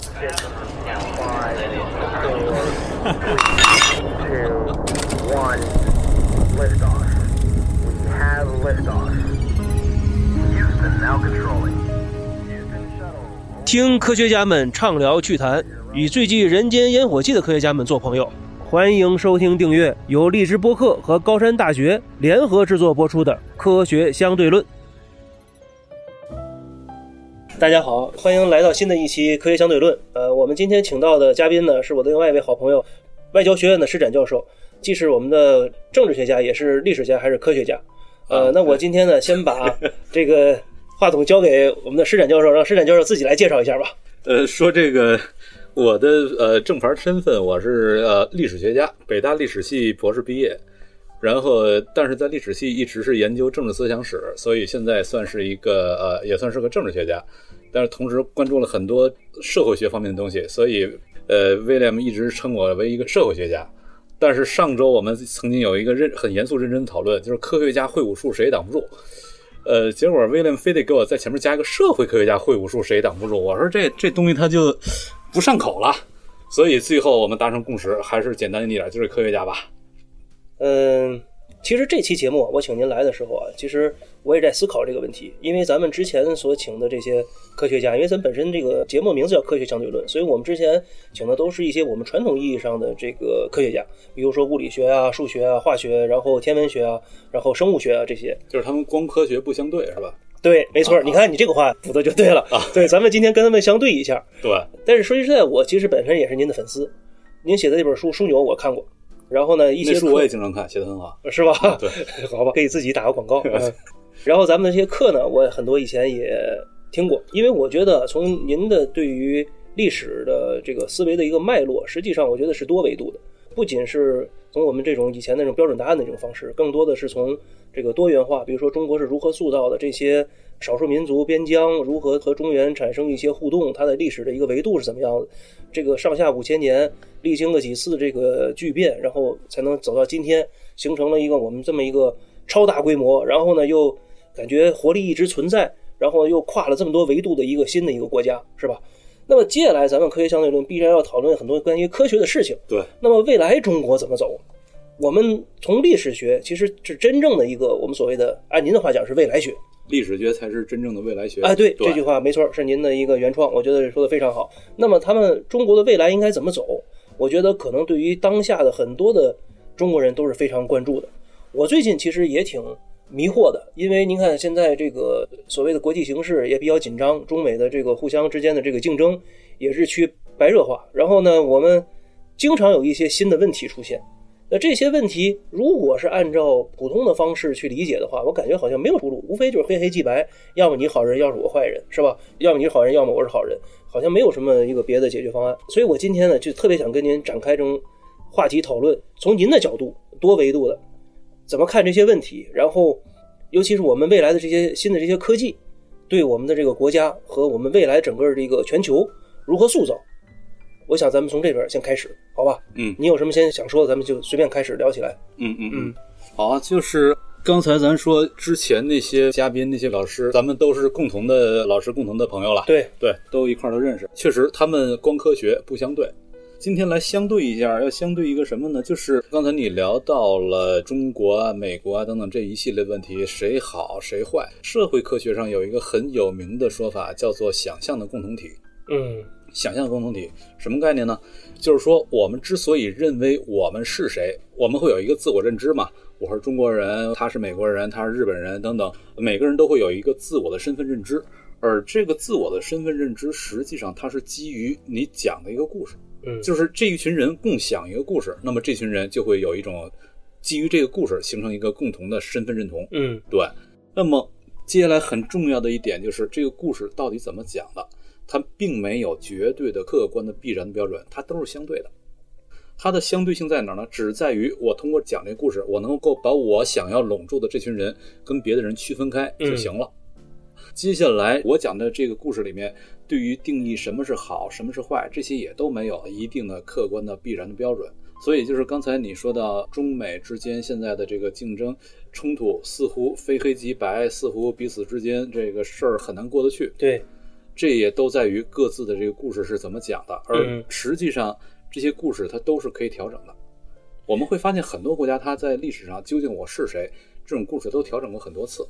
six, five, four, three, two, one. Liftoff. We have liftoff. Houston now controlling. Houston shuttle. 听科学家们畅聊趣谈，与最具人间烟火气的科学家们做朋友。欢迎收听订阅由荔枝播客和高山大学联合制作播出的《科学相对论》。大家好，欢迎来到新的一期《科学相对论》。呃，我们今天请到的嘉宾呢，是我的另外一位好朋友，外交学院的施展教授，既是我们的政治学家，也是历史家，还是科学家。呃，那我今天呢，先把这个话筒交给我们的施展教授，让施展教授自己来介绍一下吧。呃，说这个我的呃正牌身份，我是呃历史学家，北大历史系博士毕业，然后但是在历史系一直是研究政治思想史，所以现在算是一个呃也算是个政治学家，但是同时关注了很多社会学方面的东西，所以呃威廉一直称我为一个社会学家。但是上周我们曾经有一个认很严肃认真的讨论，就是科学家会武术谁也挡不住。呃，结果威廉非得给我在前面加一个社会科学家会武术，谁也挡不住。我说这这东西他就不上口了，所以最后我们达成共识，还是简单一点，就是科学家吧。嗯，其实这期节目我请您来的时候啊，其实我也在思考这个问题，因为咱们之前所请的这些科学家，因为咱本身这个节目名字叫《科学相对论》，所以我们之前请的都是一些我们传统意义上的这个科学家，比如说物理学啊、数学啊、化学，然后天文学啊，然后生物学啊这些。就是他们光科学不相对，是吧？对，没错，你看你这个话补的就对了。 对，咱们今天跟他们相对一下。对，但是说句实在，我其实本身也是您的粉丝，您写的那本书《枢纽》我看过，然后呢，一些那书科我也经常看，写的很好。是吧？对， 好吧，给自己打个广告。嗯 然后咱们的这些课呢，我很多以前也听过，因为我觉得从您的对于历史的这个思维的一个脉络，实际上我觉得是多维度的，不仅是从我们这种以前那种标准答案的这种方式，更多的是从这个多元化，比如说中国是如何塑造的这些少数民族边疆如何和中原产生一些互动，它的历史的一个维度是怎么样的，这个上下五千年历经了几次这个巨变，然后才能走到今天，形成了一个我们这么一个超大规模，然后呢又感觉活力一直存在，然后又跨了这么多维度的一个新的一个国家，是吧？那么接下来咱们科学相对论必然要讨论很多关于科学的事情。对，那么未来中国怎么走？我们从历史学其实是真正的一个我们所谓的按您的话讲是未来学，历史学才是真正的未来学。哎，对，对这句话没错，是您的一个原创，我觉得说的非常好。那么他们中国的未来应该怎么走？我觉得可能对于当下的很多的中国人都是非常关注的。我最近其实也挺迷惑的，因为您看现在这个所谓的国际形势也比较紧张，中美的这个互相之间的这个竞争也日趋白热化。然后呢，我们经常有一些新的问题出现。那这些问题如果是按照普通的方式去理解的话，我感觉好像没有出路，无非就是黑黑即白，要么你好人，要么我坏人，是吧？要么你是好人，要么我是好人，好像没有什么一个别的解决方案。所以我今天呢，就特别想跟您展开这种话题讨论，从您的角度，多维度的怎么看这些问题，然后尤其是我们未来的这些新的这些科技，对我们的这个国家和我们未来整个这个全球如何塑造。我想咱们从这边先开始，好吧？嗯你有什么先想说的，咱们就随便开始聊起来。嗯嗯嗯嗯，好啊，就是刚才咱说之前那些嘉宾、那些老师，咱们都是共同的老师、共同的朋友了。对，对，都一块儿都认识。确实，他们光科学不相对。今天来相对一下，要相对一个什么呢？就是刚才你聊到了中国啊、美国啊等等这一系列问题，谁好谁坏？社会科学上有一个很有名的说法，叫做“想象的共同体”。嗯想象的共同体什么概念呢？就是说，我们之所以认为我们是谁，我们会有一个自我认知嘛。我是中国人，他是美国人，他是日本人等等，每个人都会有一个自我的身份认知。而这个自我的身份认知，实际上它是基于你讲的一个故事，嗯，就是这一群人共享一个故事，那么这群人就会有一种基于这个故事形成一个共同的身份认同。嗯对，那么接下来很重要的一点就是这个故事到底怎么讲的，它并没有绝对的客观的必然的标准，它都是相对的。它的相对性在哪儿呢？只在于我通过讲这个故事，我能够把我想要笼住的这群人跟别的人区分开就行了。接下来我讲的这个故事里面，对于定义什么是好、什么是坏，这些也都没有一定的客观的必然的标准。所以就是刚才你说到中美之间现在的这个竞争冲突，似乎非黑即白，似乎彼此之间这个事儿很难过得去。对，这也都在于各自的这个故事是怎么讲的，而嗯实际上这些故事它都是可以调整的。我们会发现很多国家它在历史上究竟我是谁这种故事都调整过很多次。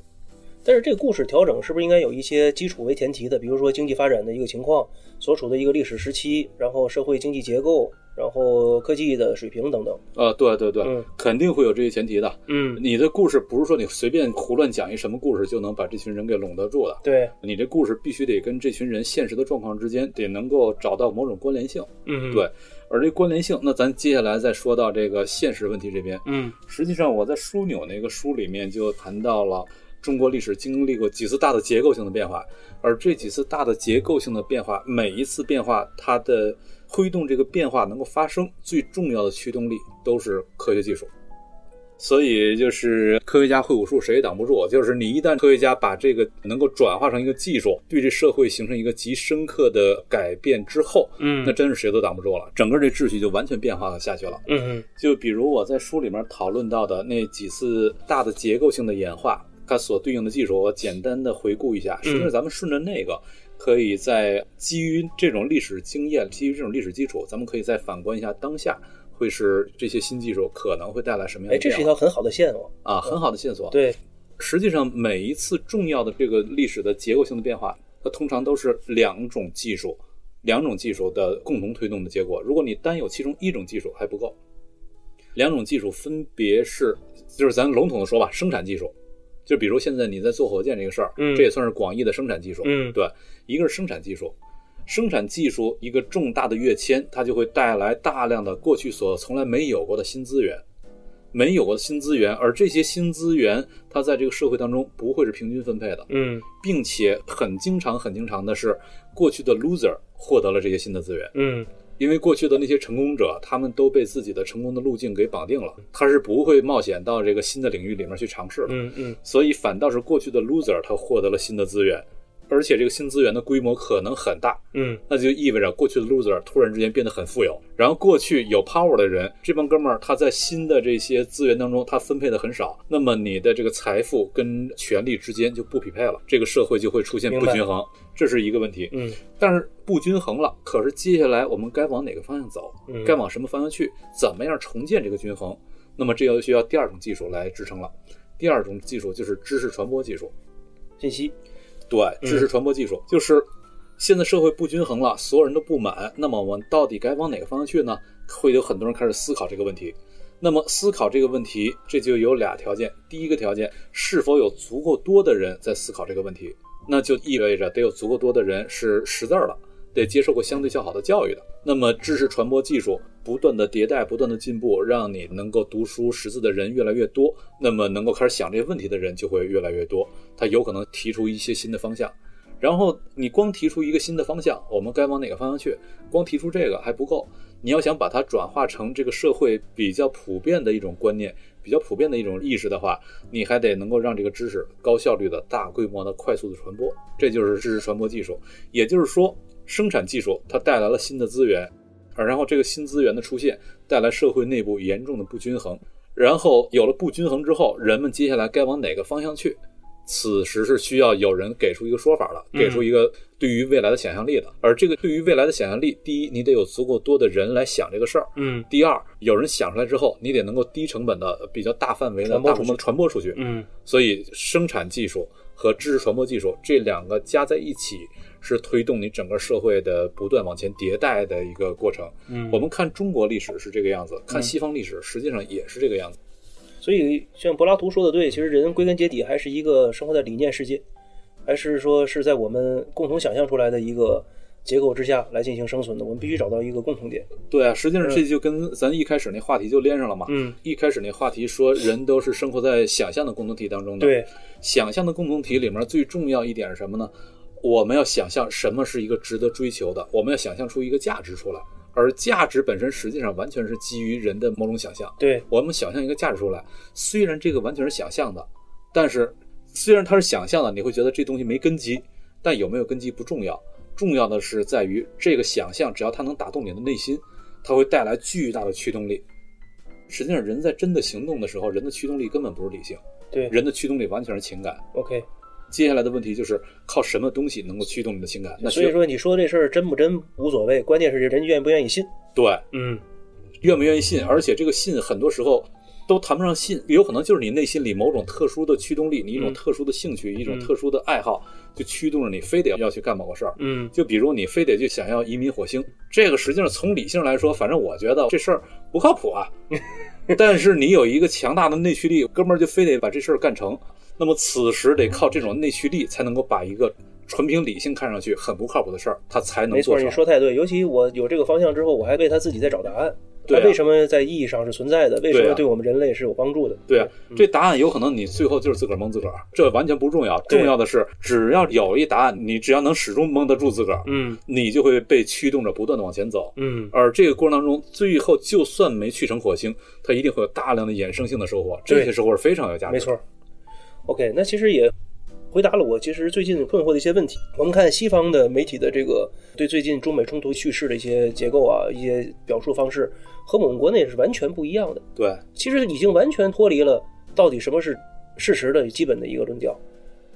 但是这个故事调整是不是应该有一些基础为前提的？比如说经济发展的一个情况，所处的一个历史时期，然后社会经济结构，然后科技的水平等等。呃，对对对，嗯肯定会有这些前提的。嗯，你的故事不是说你随便胡乱讲一什么故事就能把这群人给拢得住的，对，你这故事必须得跟这群人现实的状况之间得能够找到某种关联性。嗯，对，而这关联性，那咱接下来再说到这个现实问题这边。嗯实际上，我在枢纽那个书里面就谈到了中国历史经历过几次大的结构性的变化，而这几次大的结构性的变化，每一次变化它的推动这个变化能够发生最重要的驱动力都是科学技术。所以就是科学家会武术，谁也挡不住。就是你一旦科学家把这个能够转化成一个技术，对这社会形成一个极深刻的改变之后，嗯那真是谁都挡不住了，整个这秩序就完全变化了下去了。嗯就比如我在书里面讨论到的那几次大的结构性的演化，它所对应的技术，我简单的回顾一下。实际嗯上，咱们顺着那个，可以在基于这种历史经验，基于这种历史基础，咱们可以再反观一下当下会是这些新技术可能会带来什么样哎，的这变是化。一条很好的线哦。啊，很好的线索。，对，实际上每一次重要的这个历史的结构性的变化，它通常都是两种技术。两种技术的共同推动的结果，如果你单有其中一种技术还不够，两种技术分别是，就是咱笼统的说吧，生产技术，就比如现在你在做火箭这个事儿，嗯这也算是广义的生产技术，嗯对，一个是生产技术，生产技术一个重大的跃迁，它就会带来大量的过去所从来没有过的新资源，没有过的新资源，而这些新资源，它在这个社会当中不会是平均分配的，嗯并且很经常、很经常的是，过去的 loser 获得了这些新的资源。嗯因为过去的那些成功者，他们都被自己的成功的路径给绑定了，他是不会冒险到这个新的领域里面去尝试的。嗯嗯所以反倒是过去的 loser 他获得了新的资源，而且这个新资源的规模可能很大，嗯那就意味着过去的 loser 突然之间变得很富有，然后过去有 power 的人，这帮哥们儿他在新的这些资源当中他分配的很少，那么你的这个财富跟权力之间就不匹配了，这个社会就会出现不均衡，这是一个问题。嗯但是不均衡了，可是接下来我们该往哪个方向走？嗯该往什么方向去？怎么样重建这个均衡？那么这要需要第二种技术来支撑了。第二种技术就是知识传播技术。信息，对，知识传播技术、就是现在社会不均衡了，所有人都不满，那么我们到底该往哪个方向去呢？会有很多人开始思考这个问题。那么思考这个问题，这就有俩条件。第一个条件，是否有足够多的人在思考这个问题，那就意味着得有足够多的人是识字儿了，得接受过相对较好的教育的。那么知识传播技术不断的迭代，不断的进步，让你能够读书识字的人越来越多，那么能够开始想这些问题的人就会越来越多。他有可能提出一些新的方向。然后你光提出一个新的方向，我们该往哪个方向去？光提出这个还不够，你要想把它转化成这个社会比较普遍的一种观念、比较普遍的一种意识的话，你还得能够让这个知识高效率的、大规模的、快速的传播，这就是知识传播技术。也就是说，生产技术它带来了新的资源，而然后这个新资源的出现带来社会内部严重的不均衡，然后有了不均衡之后，人们接下来该往哪个方向去？此时是需要有人给出一个说法的，嗯给出一个对于未来的想象力的。而这个对于未来的想象力，第一，你得有足够多的人来想这个事儿；嗯第二，有人想出来之后，你得能够低成本的、比较大范围的、传播大出去规模地传播出去。嗯所以，生产技术和知识传播技术这两个加在一起，是推动你整个社会的不断往前迭代的一个过程。嗯我们看中国历史是这个样子，看西方历史实际上也是这个样子。所以像柏拉图说的对，其实人归根结底还是一个生活在理念世界，还是说是在我们共同想象出来的一个结构之下来进行生存的。我们必须找到一个共同点。对啊，实际上这就跟咱一开始那话题就连上了嘛。呃嗯，一开始那话题说人都是生活在想象的共同体当中的。，对，想象的共同体里面最重要一点是什么呢？我们要想象什么是一个值得追求的，我们要想象出一个价值出来，而价值本身实际上完全是基于人的某种想象。对，我们想象一个价值出来，虽然这个完全是想象的，但是虽然它是想象的，你会觉得这东西没根基，但有没有根基不重要，重要的是在于这个想象，只要它能打动你的内心，它会带来巨大的驱动力。实际上，人在真的行动的时候，人的驱动力根本不是理性，对人的驱动力完全是情感。 ，OK，接下来的问题就是靠什么东西能够驱动你的情感？那所以学说，你说这事儿真不真无所谓，关键是人愿不愿意信。对，嗯，愿不愿意信，而且这个信很多时候都谈不上信，有可能就是你内心里某种特殊的驱动力，你一种嗯特殊的兴趣，一种嗯特殊的爱好，就驱动着你非得要去干某个事儿。嗯，就比如你非得就想要移民火星，这个实际上从理性来说，反正我觉得这事儿不靠谱 啊。但是你有一个强大的内驱力，哥们儿就非得把这事儿干成。那么此时得靠这种内驱力，才能够把一个纯凭理性看上去很不靠谱的事儿，他才能没做错，成。你说太对。尤其我有这个方向之后，我还为他自己在找答案。对啊它为什么在意义上是存在的？为什对啊么对我们人类是有帮助的？对啊，嗯这答案有可能你最后就是自个儿蒙自个儿，这完全不重要。重要的是，只要有一答案，你只要能始终蒙得住自个儿，嗯你就会被驱动着不断的往前走。嗯，而这个过程当中，最后就算没去成火星，它一定会有大量的衍生性的收获，对这些收获是非常有价值的。没错。OK，那其实也回答了我其实最近困惑的一些问题。我们看西方的媒体的这个对最近中美冲突叙事的一些结构啊，一些表述方式，和我们国内是完全不一样的。对，其实已经完全脱离了到底什么是事实的基本的一个论调，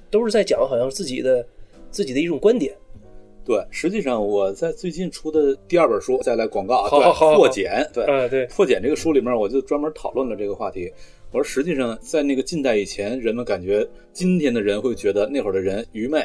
都是在讲好像自己的自己的一种观点。对，实际上我在最近出的第二本书，再来广告啊，好对好好好破茧，对，啊，对，破茧这个书里面，我就专门讨论了这个话题。我说，实际上在那个近代以前，人们感觉今天的人会觉得那会儿的人愚昧，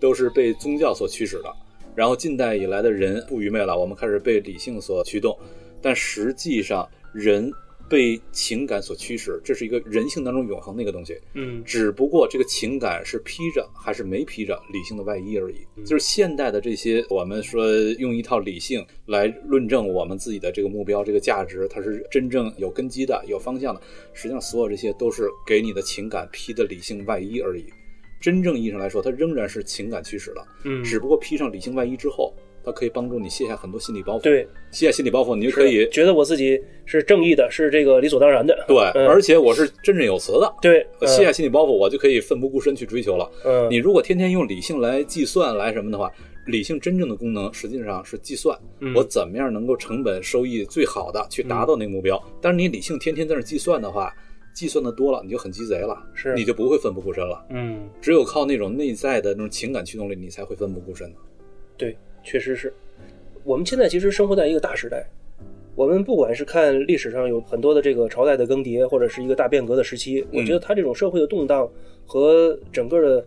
都是被宗教所驱使的。然后近代以来的人不愚昧了，我们开始被理性所驱动。但实际上，人被情感所驱使，这是一个人性当中永恒的一个东西。嗯只不过这个情感是披着还是没披着理性的外衣而已。嗯就是现代的这些，我们说用一套理性来论证我们自己的这个目标、这个价值，它是真正有根基的、有方向的。实际上，所有这些都是给你的情感披的理性外衣而已。真正意义上来说，它仍然是情感驱使的，嗯只不过披上理性外衣之后，它可以帮助你卸下很多心理包袱。，对，卸下心理包袱，你就可以觉得我自己是正义的，是这个理所当然的。对，嗯而且我是振振有词的。对，我卸下心理包袱，我就可以奋不顾身去追求了。嗯，你如果天天用理性来计算来什么的话，理性真正的功能实际上是计算，嗯我怎么样能够成本收益最好的去达到那个目标。但是你理性天天在那儿计算的话，计算的多了，你就很鸡贼了，是你就不会奋不顾身了。嗯，只有靠那种内在的那种情感驱动力，你才会奋不顾身的。对，确实是。我们现在其实生活在一个大时代，我们不管是看历史上有很多的这个朝代的更迭，或者是一个大变革的时期，我觉得它这种社会的动荡和整个的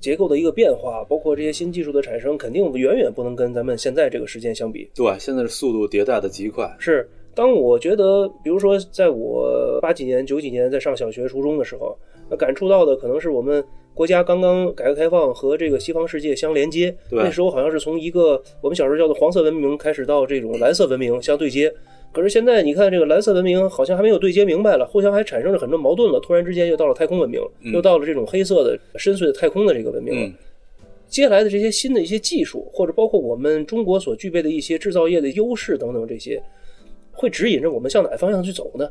结构的一个变化，包括这些新技术的产生，肯定远远不能跟咱们现在这个时间相比。对，现在是速度迭代的极快。是，当我觉得，比如说，在我八几年、九几年在上小学、初中的时候，那感触到的可能是我们国家刚刚改革开放和这个西方世界相连接。对那时候好像是从一个我们小时候叫做黄色文明开始到这种蓝色文明相对接。可是现在你看，这个蓝色文明好像还没有对接明白了，互相还产生了很多矛盾了。突然之间又到了太空文明了，嗯又到了这种黑色的深邃的太空的这个文明了。嗯，接下来的这些新的一些技术，或者包括我们中国所具备的一些制造业的优势等等，这些会指引着我们向哪个方向去走呢？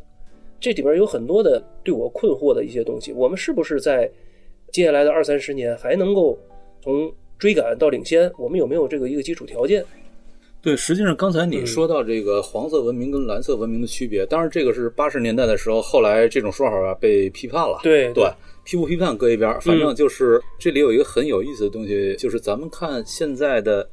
这里边有很多的对我困惑的一些东西。我们是不是在接下来的二三十年还能够从追赶到领先？我们有没有这个一个基础条件？对，实际上刚才你说到这个黄色文明跟蓝色文明的区别，当然这个是八十年代的时候，后来这种说法啊被批判了。对对，批不批判搁一边儿，嗯反正就是、这里有一个很有意思的东西，就是咱们看现在的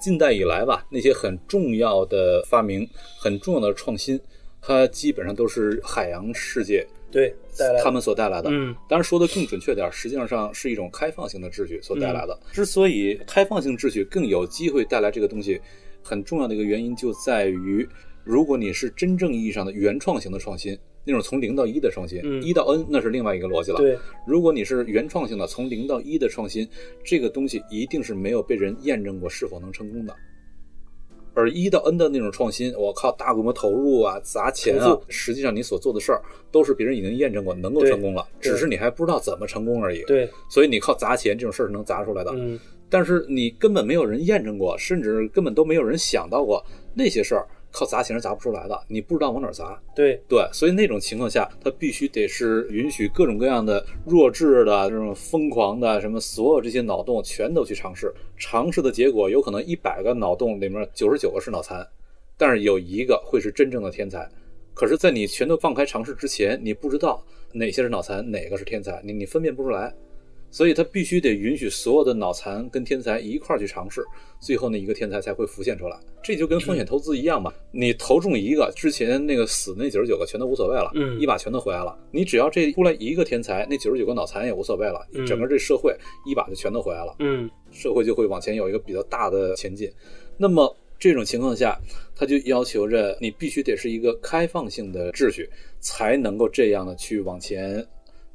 近代以来吧，那些很重要的发明、很重要的创新，它基本上都是海洋世界对，带来他们所带来的。嗯当然说的更准确点儿，实际上是一种开放性的秩序所带来的。嗯之所以开放性秩序更有机会带来这个东西，很重要的一个原因就在于，如果你是真正意义上的原创型的创新，那种从零到一的创新，嗯一到 n 那是另外一个逻辑了。对如果你是原创性的，从零到一的创新，这个东西一定是没有被人验证过是否能成功的。而一到 N 的那种创新，我靠，大规模投入啊，砸钱投啊入，实际上你所做的事儿都是别人已经验证过能够对成功了，对只是你还不知道怎么成功而已。，对，所以你靠砸钱这种事儿是能砸出来的，嗯但是你根本没有人验证过，甚至根本都没有人想到过那些事儿，靠砸钱是砸不出来的，你不知道往哪儿砸。对，对，所以那种情况下，它必须得是允许各种各样的弱智的、这种疯狂的、什么所有这些脑洞全都去尝试。尝试的结果有可能一百个脑洞里面九十九个是脑残，但是有一个会是真正的天才。可是，在你全都放开尝试之前，你不知道哪些是脑残，哪个是天才，你你分辨不出来。所以他必须得允许所有的脑残跟天才一块儿去尝试，最后那一个天才才会浮现出来。这就跟风险投资一样嘛，嗯你投中一个，之前那个死那九十九个全都无所谓了，嗯一把全都回来了。你只要这出来一个天才，那九十九个脑残也无所谓了，嗯整个这社会一把就全都回来了。嗯社会就会往前有一个比较大的前进。那么这种情况下，它就要求着你必须得是一个开放性的秩序，才能够这样的去往前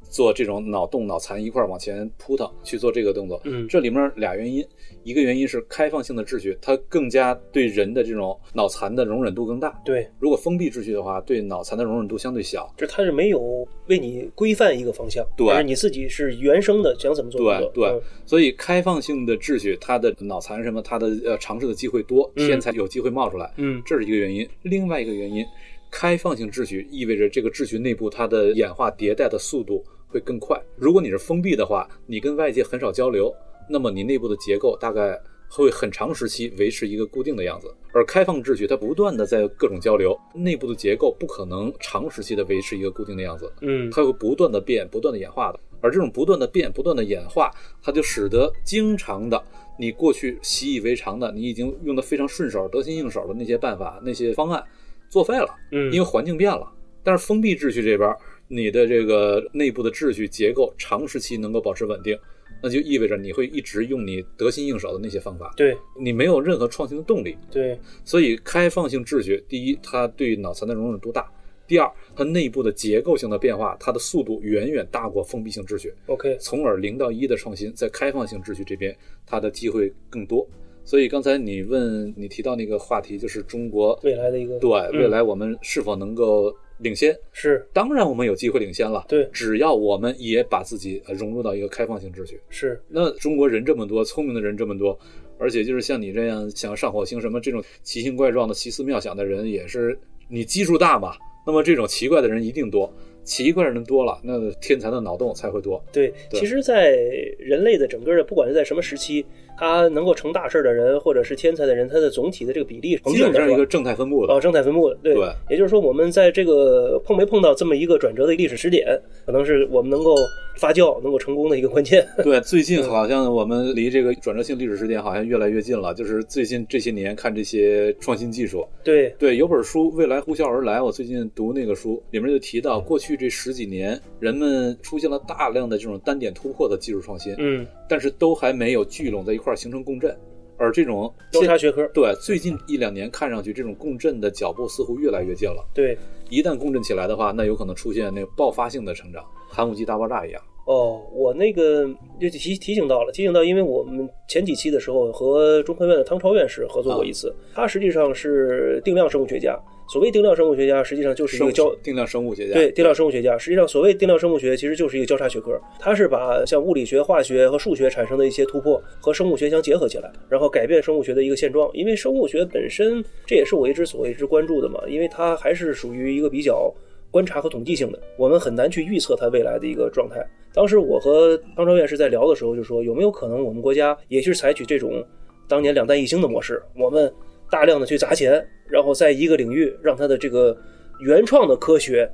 做这种脑洞、脑残一块儿往前扑腾去做这个动作。嗯这里面俩原因，一个原因是开放性的秩序，它更加对人的这种脑残的容忍度更大。对，如果封闭秩序的话，对脑残的容忍度相对小。就它是没有为你规范一个方向，对而是你自己是原生的想怎么做怎么做。对对嗯所以开放性的秩序，它的脑残什么，它的呃尝试的机会多，嗯天才有机会冒出来。嗯这是一个原因。另外一个原因，开放性秩序意味着这个秩序内部它的演化迭代的速度会更快。如果你是封闭的话，你跟外界很少交流，那么你内部的结构大概会很长时期维持一个固定的样子。而开放秩序它不断的在各种交流，内部的结构不可能长时期的维持一个固定的样子，嗯它会不断的变，不断的演化的。而这种不断的变、不断的演化，它就使得经常的你过去习以为常的、你已经用的非常顺手、得心应手的那些办法、那些方案作废了，嗯，因为环境变了。但是封闭秩序这边，你的这个内部的秩序结构长时期能够保持稳定，那就意味着你会一直用你得心应手的那些方法，对你没有任何创新的动力。对所以，开放性秩序，第一，它对脑残的容忍度大；第二，它内部的结构性的变化，它的速度远远大过封闭性秩序， ，OK，从而零到一的创新，在开放性秩序这边，它的机会更多。所以刚才你问你提到那个话题，就是中国未来的一个对嗯未来我们是否能够领先？是当然，我们有机会领先了。对只要我们也把自己呃融入到一个开放性秩序。是那中国人这么多，聪明的人这么多，而且就是像你这样想要上火星什么这种奇形怪状的、奇思妙想的人，也是你基数大嘛。那么这种奇怪的人一定多，奇怪的人多了，那天才的脑洞才会多。对，对其实，在人类的整个的，不管是在什么时期，他能够成大事儿的人，或者是天才的人，他的总体的这个比例是恒基定本的上呃是一个吧？正态分布的。哦，正态分布的，对，对也就是说，我们在这个碰没碰到这么一个转折的历史时点，可能是我们能够发酵、能够成功的一个关键。 对，最近好像我们离这个转折性历史时点好像越来越近了。就是最近这些年看这些创新技术，对，对，有本书《未来呼啸而来》，我最近读那个书，里面就提到，过去这十几年，人们出现了大量的这种单点突破的技术创新，嗯，但是都还没有聚拢在一块儿形成共振。而这种交叉学科，对最近一两年看上去，这种共振的脚步似乎越来越近了。对，一旦共振起来的话，那有可能出现那个爆发性的成长，寒武纪大爆炸一样。哦，我那个就提提醒到了，提醒到，因为我们前几期的时候和中科院的汤超院士合作啊过一次，他实际上是定量生物学家。所谓定量生物学家，实际上就是一生个交物定量生物学家对定量生物学家。实际上，所谓定量生物学其实就是一个交叉学科，它是把像物理学、化学和数学产生的一些突破和生物学相结合起来，然后改变生物学的一个现状。因为生物学本身，这也是我一直所一直关注的嘛，因为它还是属于一个比较。观察和统计性的，我们很难去预测它未来的一个状态。当时我和汤超院士在聊的时候，就说有没有可能我们国家也是采取这种当年两弹一星的模式，我们大量的去砸钱，然后在一个领域让它的这个原创的科学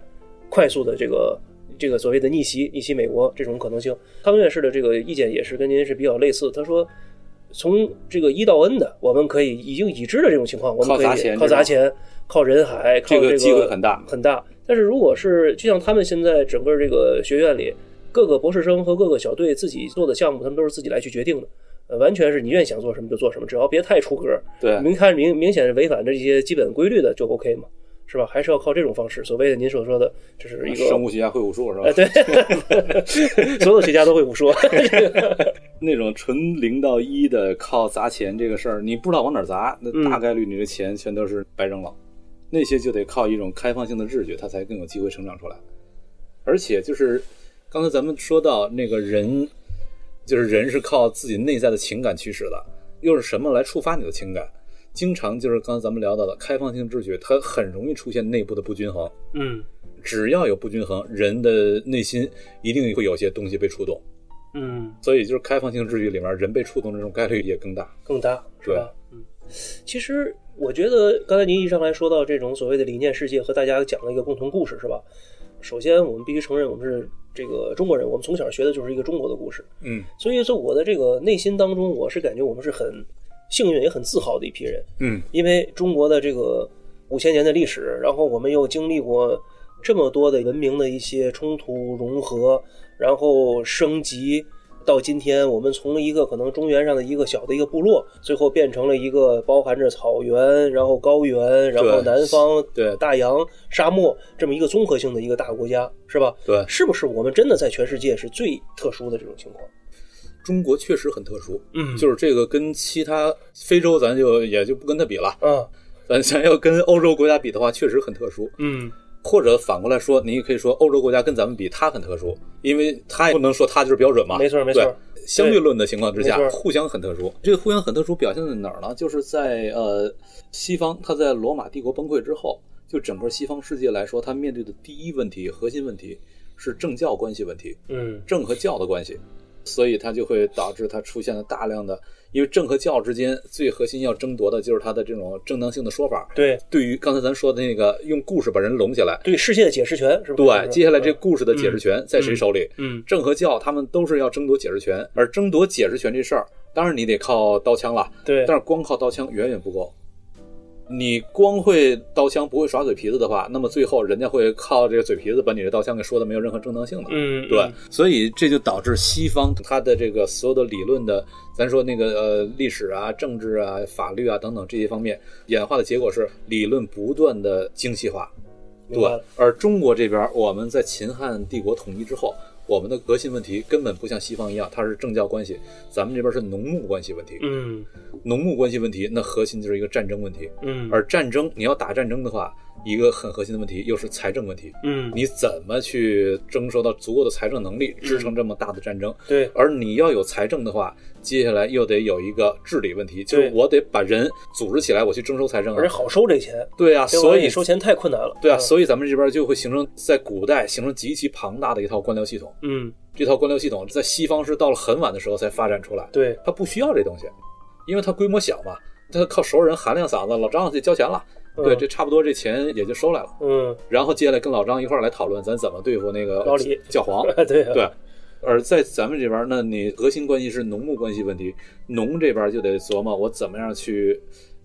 快速的这个这个所谓的逆袭逆袭美国这种可能性。汤院士的这个意见也是跟您是比较类似，他说。从这个一到 N 的，我们可以已经已知的这种情况，我们可以靠砸钱靠砸钱，靠人海，靠这个个机会很大很大。但是如果是就像他们现在整个这个学院里，各个博士生和各个小队自己做的项目，他们都是自己来去决定的，呃，完全是你愿意想做什么就做什么，只要别太出格，对明看明明显是违反这些基本规律的就 OK 嘛，是吧？还是要靠这种方式，所谓的您所说的，就是一个啊生物学家会武术是吧？哎，对， 所有的学家都会武术，那种纯零到一的靠砸钱这个事儿，你不知道往哪儿砸，那嗯大概率你的钱全都是白扔了。那些就得靠一种开放性的秩序，它才更有机会成长出来。而且就是刚才咱们说到那个人，就是人是靠自己内在的情感驱使的，又是什么来触发你的情感？经常就是刚才咱们聊到的开放性秩序，它很容易出现内部的不均衡。嗯只要有不均衡，人的内心一定会有些东西被触动。嗯，所以就是开放性秩序里面，人被触动这种概率也更大。更大是吧？嗯，其实我觉得刚才您一上来说到这种所谓的理念世界和大家讲了一个共同故事是吧？首先我们必须承认我们是这个中国人，我们从小学的就是一个中国的故事，嗯所以说我的这个内心当中，我是感觉我们是很幸运也很自豪的一批人，嗯因为中国的这个五千年的历史，然后我们又经历过这么多的文明的一些冲突、融合，然后升级，到今天我们从一个可能中原上的一个小的一个部落，最后变成了一个包含着草原，然后高原，然后南方对大洋、沙漠这么一个综合性的一个大国家，是吧？对，是不是我们真的在全世界是最特殊的这种情况？中国确实很特殊，嗯就是这个跟其他非洲咱就也就不跟它比了，啊，咱想要跟欧洲国家比的话，确实很特殊。嗯，或者反过来说，你也可以说欧洲国家跟咱们比，它很特殊，因为它也不能说它就是标准嘛。没错没错对。相对论的情况之下没，错互相很特殊。这个互相很特殊表现在哪儿呢？就是在呃，西方它在罗马帝国崩溃之后，就整个西方世界来说，它面对的第一问题、核心问题是政教关系问题。嗯政和教的关系，所以它就会导致它出现了大量的，因为政和教之间最核心要争夺的就是它的这种正当性的说法。对对于刚才咱说的那个用故事把人笼起来，对，世界的解释权是吧？对，接下来这故事的解释权在谁嗯手里？嗯政和教他们都是要争夺解释权，而争夺解释权这事儿，当然你得靠刀枪了，对，但是光靠刀枪远远不够。你光会刀枪不会耍嘴皮子的话，那么最后人家会靠这个嘴皮子把你的刀枪给说的没有任何正当性的。嗯对，所以这就导致西方它的这个所有的理论的，咱说那个呃历史啊、政治啊、法律啊等等这些方面演化的结果是理论不断的精细化。明对白了，而中国这边，我们在秦汉帝国统一之后，我们的核心问题根本不像西方一样，它是政教关系，咱们这边是农牧关系问题。嗯农牧关系问题，那核心就是一个战争问题。嗯，而战争，你要打战争的话，一个很核心的问题又是财政问题。嗯你怎么去征收到足够的财政能力支撑这么大的战争？对而你要有财政的话，接下来又得有一个治理问题，就对是我得把人组织起来，我去征收财政啊而且。好收这钱，对啊，这玩意儿所以收钱太困难了。嗯对啊，所以咱们这边就会形成在古代形成极其庞大的一套官僚系统。嗯，这套官僚系统在西方是到了很晚的时候才发展出来，对，它不需要这东西，因为它规模小嘛，它靠熟人喊两嗓子，老张这交钱了，对，嗯这差不多这钱也就收来了。嗯，然后接下来跟老张一块儿来讨论咱怎么对付那个老李 教皇。 对啊对，而在咱们这边儿，那你核心关系是农牧关系问题，农这边儿就得琢磨我怎么样去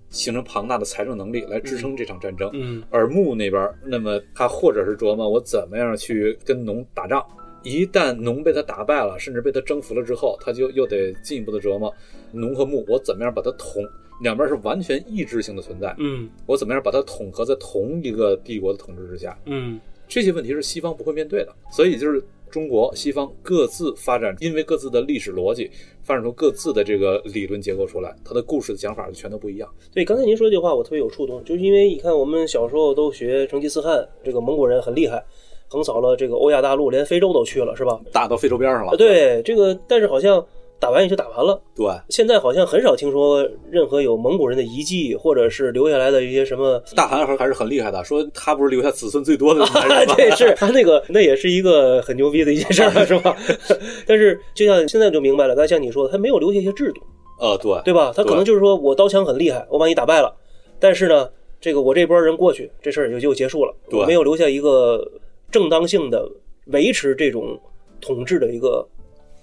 形成庞大的财政能力来支撑这场战争。嗯而牧那边儿，那么他或者是琢磨我怎么样去跟农打仗。一旦农被他打败了，甚至被他征服了之后，他就又得进一步的琢磨农和牧我怎么样把它统，两边儿是完全异质性的存在，嗯我怎么样把它统合在同一个帝国的统治之下。嗯这些问题是西方不会面对的，所以就是中国、西方各自发展，因为各自的历史逻辑发展出各自的这个理论结构出来，它的故事的讲法就全都不一样。对，刚才您说这句话我特别有触动，就是因为你看我们小时候都学成吉思汗，这个蒙古人很厉害，横扫了这个欧亚大陆，连非洲都去了，是吧？打到非洲边上了，啊，对，这个但是好像打完也就打完了。呃对现在好像很少听说任何有蒙古人的遗迹，或者是留下来的一些什 么大汗还还是很厉害的，说他不是留下子孙最多的男啊，人吗？ 对，是他那个，那也是一个很牛逼的一件事儿， 是吧？但是就像现在就明白了，刚才像你说的，他没有留下一些制度，呃，对，对吧？他可能就是说我刀枪很厉害，我把你打败了，但是呢，这个我这波人过去，这事儿也就就结束了，对我没有留下一个正当性的维持这种统治的一个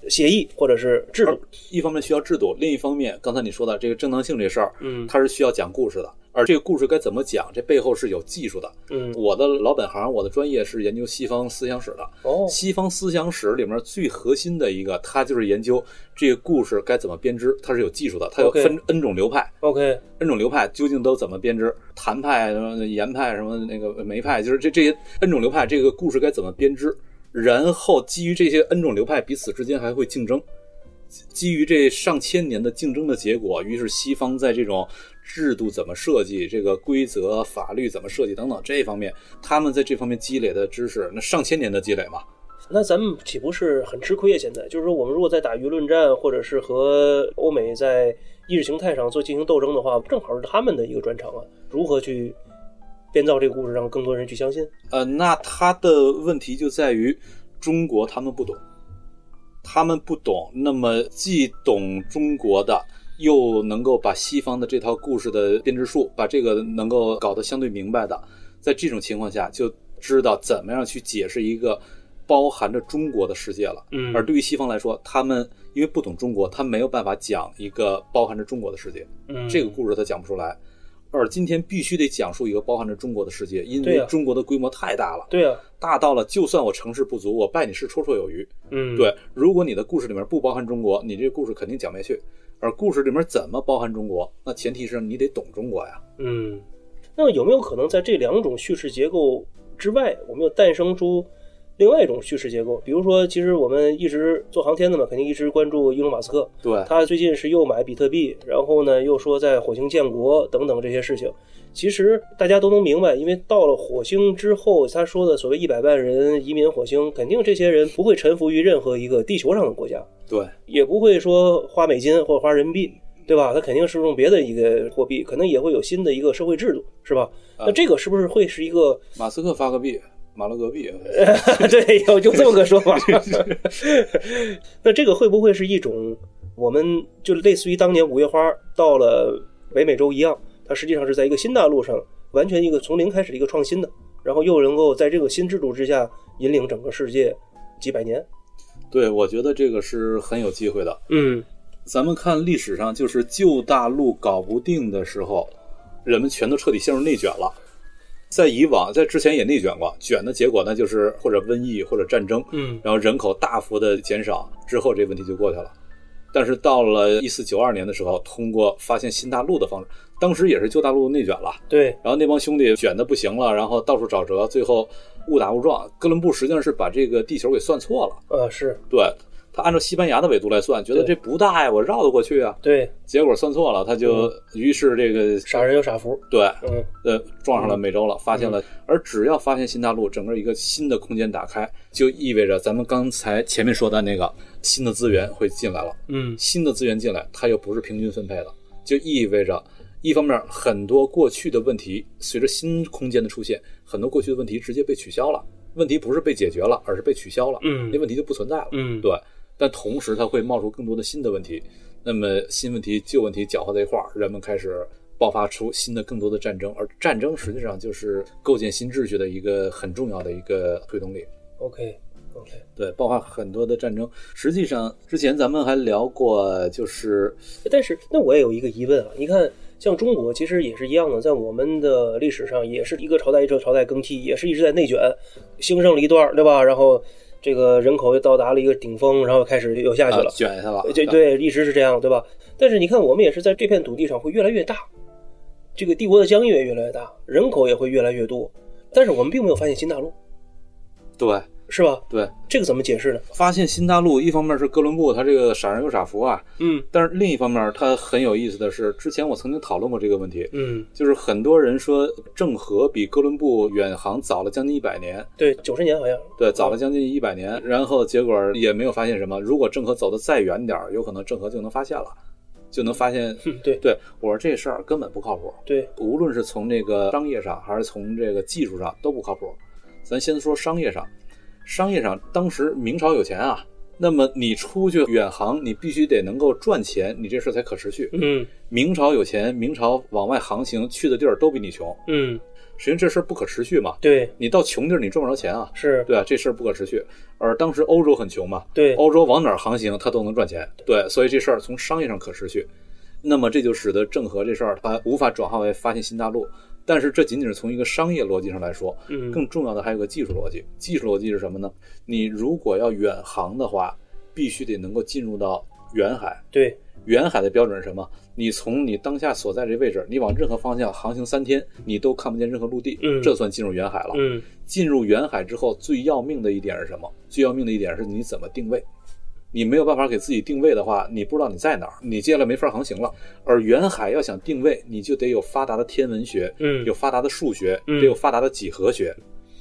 协议或者是制度。一方面需要制度，另一方面，刚才你说的这个正当性这事儿，嗯它是需要讲故事的，而这个故事该怎么讲，这背后是有技术的。嗯，我的老本行，我的专业是研究西方思想史的，哦，西方思想史里面最核心的一个，它就是研究这个故事该怎么编织，它是有技术的，它有 OK 分 N 种流派 OK， ，N 种流派究竟都怎么编织？谭派、什么严派、什么那个梅派，就是这这些 N 种流派，这个故事该怎么编织？然后基于这些 N 种流派彼此之间还会竞争，基基于这上千年的竞争的结果，于是西方在这种制度怎么设计、这个规则、法律怎么设计等等这一方面，他们在这方面积累的知识，那上千年的积累嘛，那咱们岂不是很吃亏啊？现在就是说，我们如果在打舆论战，或者是和欧美在意识形态上做进行斗争的话，正好是他们的一个专长啊。如何去编造这个故事，让更多人去相信？呃，那他的问题就在于中国他们不懂，他们不懂，那么既懂中国的，又能够把西方的这套故事的编织术，把这个能够搞得相对明白的，在这种情况下，就知道怎么样去解释一个包含着中国的世界了。嗯而对于西方来说，他们因为不懂中国，他没有办法讲一个包含着中国的世界。嗯这个故事他讲不出来。而今天必须得讲述一个包含着中国的世界，因对为啊中国的规模太大了，对啊，大到了就算我成事不足，我拜你是绰绰有余。嗯，对，如果你的故事里面不包含中国，你这个故事肯定讲不下去。而故事里面怎么包含中国？那前提是你得懂中国呀。嗯，那么有没有可能在这两种叙事结构之外，我们又诞生出另外一种叙事结构？比如说，其实我们一直做航天的嘛，肯定一直关注伊隆马斯克，对，他最近是又买比特币，然后呢又说在火星建国等等这些事情。其实大家都能明白，因为到了火星之后，他说的所谓一百万人移民火星，肯定这些人不会臣服于任何一个地球上的国家，对，也不会说花美金或者花人民币，对吧？他肯定是用别的一个货币，可能也会有新的一个社会制度，是吧？那这个是不是会是一个？马斯克发个币，马勒个币，对，有就 这么个说 法。那这个会不会是一种我们就类似于当年五月花到了北美洲一样，它实际上是在一个新大陆上完全一个从零开始的一个创新的，然后又能够在这个新制度之下引领整个世界几百年？对我觉得这个是很有机会的。嗯咱们看历史上，就是旧大陆搞不定的时候，人们全都彻底陷入内卷了。在以往，在之前也内卷过，卷的结果呢，就是或者瘟疫或者战争，嗯然后人口大幅的减少之后，这问题就过去了。但是到了一四九二年的时候，通过发现新大陆的方式，当时也是旧大陆内卷了，对，然后那帮兄弟卷的不行了，然后到处找辙，最后误打误撞。哥伦布实际上是把这个地球给算错了，呃，是对他按照西班牙的纬度来算，觉得对这不大呀，我绕得过去啊，对，结果算错了，他就嗯于是这个傻人有傻福，对嗯呃撞上了美洲了，发现了。而只要发现新大陆，整个一个新的空间打开，就意味着咱们刚才前面说的那个新的资源会进来了。嗯新的资源进来，它又不是平均分配的，就意味着一方面很多过去的问题随着新空间的出现，很多过去的问题直接被取消了。问题不是被解决了，而是被取消了，嗯那问题就不存在了。嗯对，但同时它会冒出更多的新的问题，那么新问题、旧问题搅和在一块儿，人们开始爆发出新的、更多的战争，而战争实际上就是构建新秩序的一个很重要的一个推动力。 ，OK OK，对，爆发很多的战争。实际上，之前咱们还聊过，就是但是，那我也有一个疑问啊，你看，像中国其实也是一样的，在我们的历史上也是一个朝代一个朝代更替，也是一直在内卷，兴盛了一段儿，对吧？然后这个人口又到达了一个顶峰，然后开始又下去啊了，卷下了，对对，一直是这样，对吧？但是你看，我们也是在这片土地上会越来越大，这个帝国的疆域也越来越大，人口也会越来越多，但是我们并没有发现新大陆，对是吧？对。这个怎么解释呢？发现新大陆，一方面是哥伦布他这个傻人有傻福啊，嗯但是另一方面他很有意思的是，之前我曾经讨论过这个问题，嗯，就是很多人说郑和比哥伦布远航早了将近一百年，对，九十年好像，对，早了将近一百年，然后结果也没有发现什么。如果郑和走得再远点儿，有可能郑和就能发现了，就能发现。嗯，对对我说这事儿根本不靠谱，对，无论是从这个商业上还是从这个技术上都不靠谱。咱先说商业上，商业上当时明朝有钱啊，那么你出去远航，你必须得能够赚钱，你这事儿才可持续。嗯明朝有钱，明朝往外航行去的地儿都比你穷，嗯，实际上这事儿不可持续嘛。对，你到穷地儿你赚不着钱啊，是，对啊，这事儿不可持续。而当时欧洲很穷嘛，对，欧洲往哪儿航行它都能赚钱，对，所以这事儿从商业上可持续。那么这就使得郑和这事儿它无法转化为发现新大陆，但是这仅仅是从一个商业逻辑上来说，嗯，更重要的还有个技术逻辑。技术逻辑是什么呢？你如果要远航的话，必须得能够进入到远海。对，远海的标准是什么？你从你当下所在这位置，你往任何方向航行三天，你都看不见任何陆地，嗯这算进入远海了。嗯进入远海之后，最要命的一点是什么？最要命的一点是你怎么定位。你没有办法给自己定位的话，你不知道你在哪儿，你接下来没法航行了。而远海要想定位，你就得有发达的天文学，嗯有发达的数学，嗯得有发达的几何学，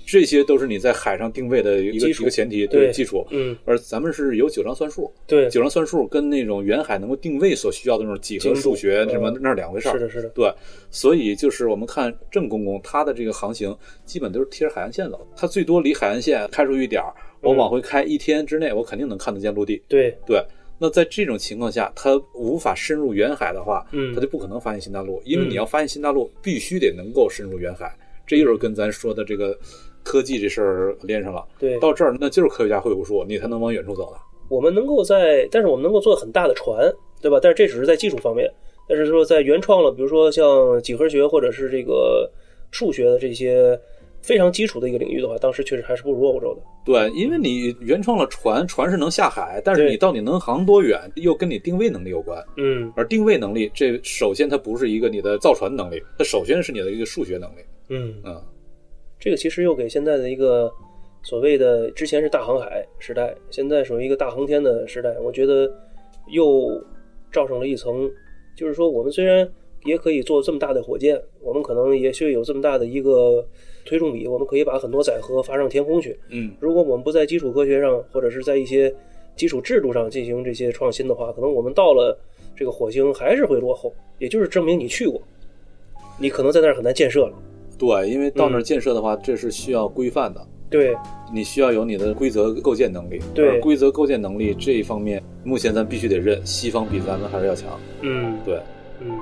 这些都是你在海上定位的一个嗯基一础个前提，对基础。嗯，而咱们是有九张算术，对，九张算术跟那种远海能够定位所需要的那种几何精度数学嗯什么那是两回事儿。是的，是的，对，所以就是我们看郑公公他的这个航行，基本都是贴着海岸线走，他最多离海岸线开出一点儿，我嗯往回开一天之内，我肯定能看得见陆地。对，对，那在这种情况下，他无法深入远海的话，嗯他就不可能发现新大陆，因为嗯你要发现新大陆，必须得能够深入远海。这又是跟咱说的这个科技这事儿连上了。对，到这儿，那就是科学家会武术，你才能往远处走的。我们能够在，但是我们能够做很大的船，对吧？但是这只是在技术方面，但是说在原创了，比如说像几何学或者是这个数学的这些非常基础的一个领域的话，当时确实还是不如欧洲的。对，因为你原创了船，船是能下海，但是对你到底能航多远，又跟你定位能力有关。嗯而定位能力，这首先它不是一个你的造船能力，它首先是你的一个数学能力。嗯，嗯，这个其实又给现在的一个所谓的之前是大航海时代，现在属于一个大航天的时代，我觉得又罩上了一层，就是说我们虽然也可以做这么大的火箭，我们可能也许有这么大的一个推重比，我们可以把很多载荷发上天空去。嗯，如果我们不在基础科学上，或者是在一些基础制度上进行这些创新的话，可能我们到了这个火星还是会落后。也就是证明你去过，你可能在那儿很难建设了。对，因为到那儿嗯建设的话，这是需要规范的，对，你需要有你的规则构建能力。对而规则构建能力这一方面，目前咱必须得认，西方比咱们还是要强。嗯，对，嗯，